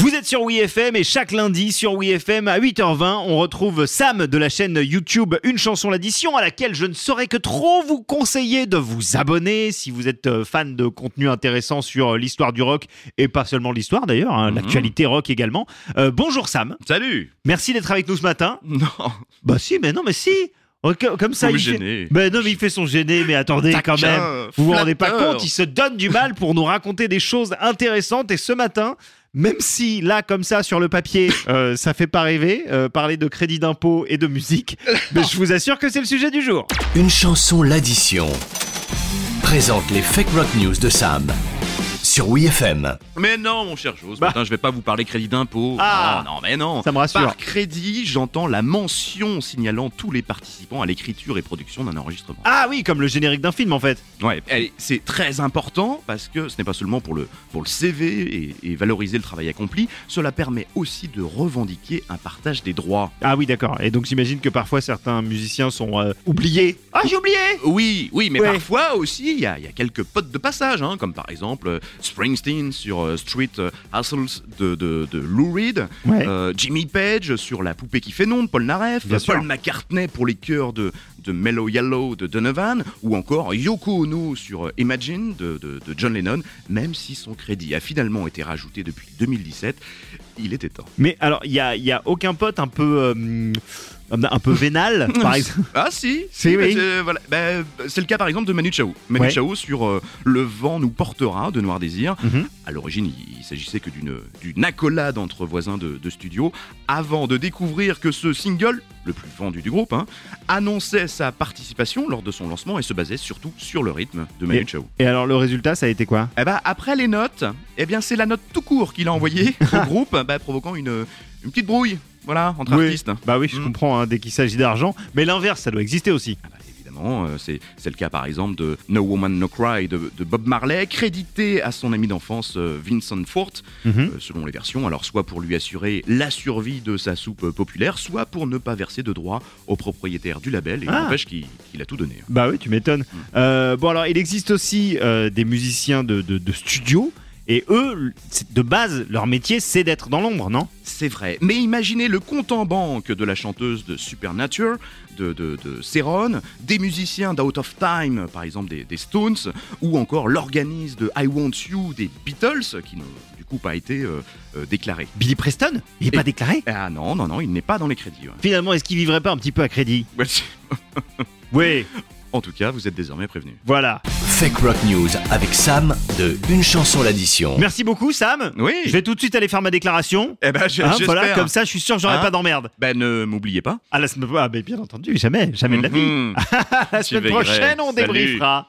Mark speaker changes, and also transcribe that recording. Speaker 1: Vous êtes sur WeFM et chaque lundi sur WeFM à 8h20, on retrouve Sam de la chaîne YouTube Une chanson l'addition à laquelle je ne saurais que trop vous conseiller de vous abonner si vous êtes euh, fan de contenu intéressant sur euh, l'histoire du rock et pas seulement l'histoire d'ailleurs, hein, l'actualité rock également. Euh, bonjour Sam,
Speaker 2: Salut
Speaker 1: merci d'être avec nous ce matin.
Speaker 2: Non,
Speaker 1: Bah si, mais non, mais si. Oh, co- Comme ça,
Speaker 2: vous me
Speaker 1: il fait-
Speaker 2: gênez.
Speaker 1: Ben non, mais il fait son gêné, mais attendez quand
Speaker 2: Taquin,
Speaker 1: même. Vous vous rendez pas
Speaker 2: flatteur.
Speaker 1: compte, il se donne du mal pour nous raconter des choses intéressantes. Et ce matin, même si là, comme ça, sur le papier, euh, ça fait pas rêver, euh, parler de crédit d'impôt et de musique, mais je vous assure que c'est le sujet du jour.
Speaker 3: Une chanson l'addition présente les fake rock news de Sam sur WeFM.
Speaker 2: Mais non, mon cher Joe, ce
Speaker 1: Bah.
Speaker 2: matin, je vais pas vous parler crédit d'impôt.
Speaker 1: Ah.
Speaker 2: Non, non, mais non.
Speaker 1: Ça me rassure.
Speaker 2: Par crédit, j'entends la mention signalant tous les participants à l'écriture et production d'un enregistrement.
Speaker 1: Ah oui, comme le générique d'un film en fait.
Speaker 2: Ouais, allez, c'est très important parce que ce n'est pas seulement pour le, pour le CV et, et valoriser le travail accompli, cela permet aussi de revendiquer un partage des droits.
Speaker 1: Ah oui, d'accord. Et donc j'imagine que parfois certains musiciens sont euh, oubliés. Ah, j'ai oublié
Speaker 2: Oui, oui, mais
Speaker 1: Ouais.
Speaker 2: parfois aussi, il y, a il y a quelques potes de passage, hein, comme par exemple euh, Springsteen sur euh, Street euh, Hustles de, de, de Lou Reed,
Speaker 1: Ouais.
Speaker 2: euh, Jimmy Page sur La poupée qui fait non de Paul Naref,
Speaker 1: Bien
Speaker 2: Paul
Speaker 1: sûr.
Speaker 2: McCartney pour les chœurs de, de Mellow Yellow de Donovan, ou encore Yoko Ono sur euh, Imagine de, de- de John Lennon, même si son crédit a finalement été rajouté depuis 2017, il était temps.
Speaker 1: Mais alors, il n'y a, il y a aucun pote un peu. euh, hum, un peu vénal, par exemple.
Speaker 2: Ah si,
Speaker 1: Si,
Speaker 2: si, bah,
Speaker 1: oui.
Speaker 2: c'est voilà. Bah, c'est le cas par exemple de Manu Chao. Manu
Speaker 1: Ouais.
Speaker 2: Chao sur euh, Le vent nous portera de Noir Désir.
Speaker 1: Mhm.
Speaker 2: À l'origine, il, il s'agissait que d'une d'une accolade entre voisins de, de studio, avant de découvrir que ce single, le plus vendu du groupe, hein, annonçait sa participation lors de son lancement et se basait surtout sur le rythme de Manu
Speaker 1: Et-
Speaker 2: Chao.
Speaker 1: Et alors, le résultat, ça a été quoi
Speaker 2: Eh bah, après les notes, eh bien c'est la note tout court qu'il a envoyée au groupe, bah, provoquant une, une petite brouille, voilà, entre
Speaker 1: Oui.
Speaker 2: artistes.
Speaker 1: Bah oui, je
Speaker 2: Mm.
Speaker 1: comprends, hein, dès qu'il s'agit d'argent. Mais l'inverse, ça doit exister aussi.
Speaker 2: Ah bah, Évidemment, euh, c'est c'est le cas par exemple de No Woman No Cry de, de Bob Marley, crédité à son ami d'enfance euh, Vincent Fort, euh, selon les versions, alors soit pour lui assurer la survie de sa soupe euh, populaire, soit pour ne pas verser de droits au propriétaire du label, et
Speaker 1: Ah.
Speaker 2: n'empêche qu'il qu'il a tout donné. hein.
Speaker 1: Bah oui, tu m'étonnes. Euh, bon, alors, il existe aussi euh, des musiciens de, de, de studio. Et eux, l- c'est- de base, leur métier, c'est d'être dans l'ombre, non
Speaker 2: C'est vrai, mais imaginez le compte en banque de la chanteuse de Supernature, de, de, de Céron, des musiciens d'Out of Time, par exemple des, des Stones, ou encore l'organiste de I Want You des Beatles, qui n'ont du coup pas été euh, euh, déclaré.
Speaker 1: Billy Preston Il n'est
Speaker 2: Et-
Speaker 1: pas déclaré
Speaker 2: Ah non, non, non, il n'est pas dans les crédits. ouais.
Speaker 1: Finalement, est-ce qu'il vivrait pas un petit peu à crédit
Speaker 2: Bah,
Speaker 1: Oui,
Speaker 2: En tout cas, vous êtes désormais prévenu.
Speaker 1: voilà.
Speaker 3: Fake rock news avec Sam de Une chanson l'addition.
Speaker 1: Merci beaucoup, Sam.
Speaker 2: Oui.
Speaker 1: Je vais tout de suite aller faire ma déclaration.
Speaker 2: Eh ben, je-
Speaker 1: Hein,
Speaker 2: j'espère.
Speaker 1: voilà, comme ça, je suis sûr que j'aurai
Speaker 2: Hein
Speaker 1: pas d'emmerde.
Speaker 2: Ben, ne m'oubliez pas.
Speaker 1: Ah, la semaine... ah, mais bien entendu, jamais, jamais de la vie.
Speaker 2: Mhm.
Speaker 1: À la
Speaker 2: Tu
Speaker 1: semaine
Speaker 2: veillerais.
Speaker 1: prochaine, on
Speaker 2: Salut.
Speaker 1: débriefera.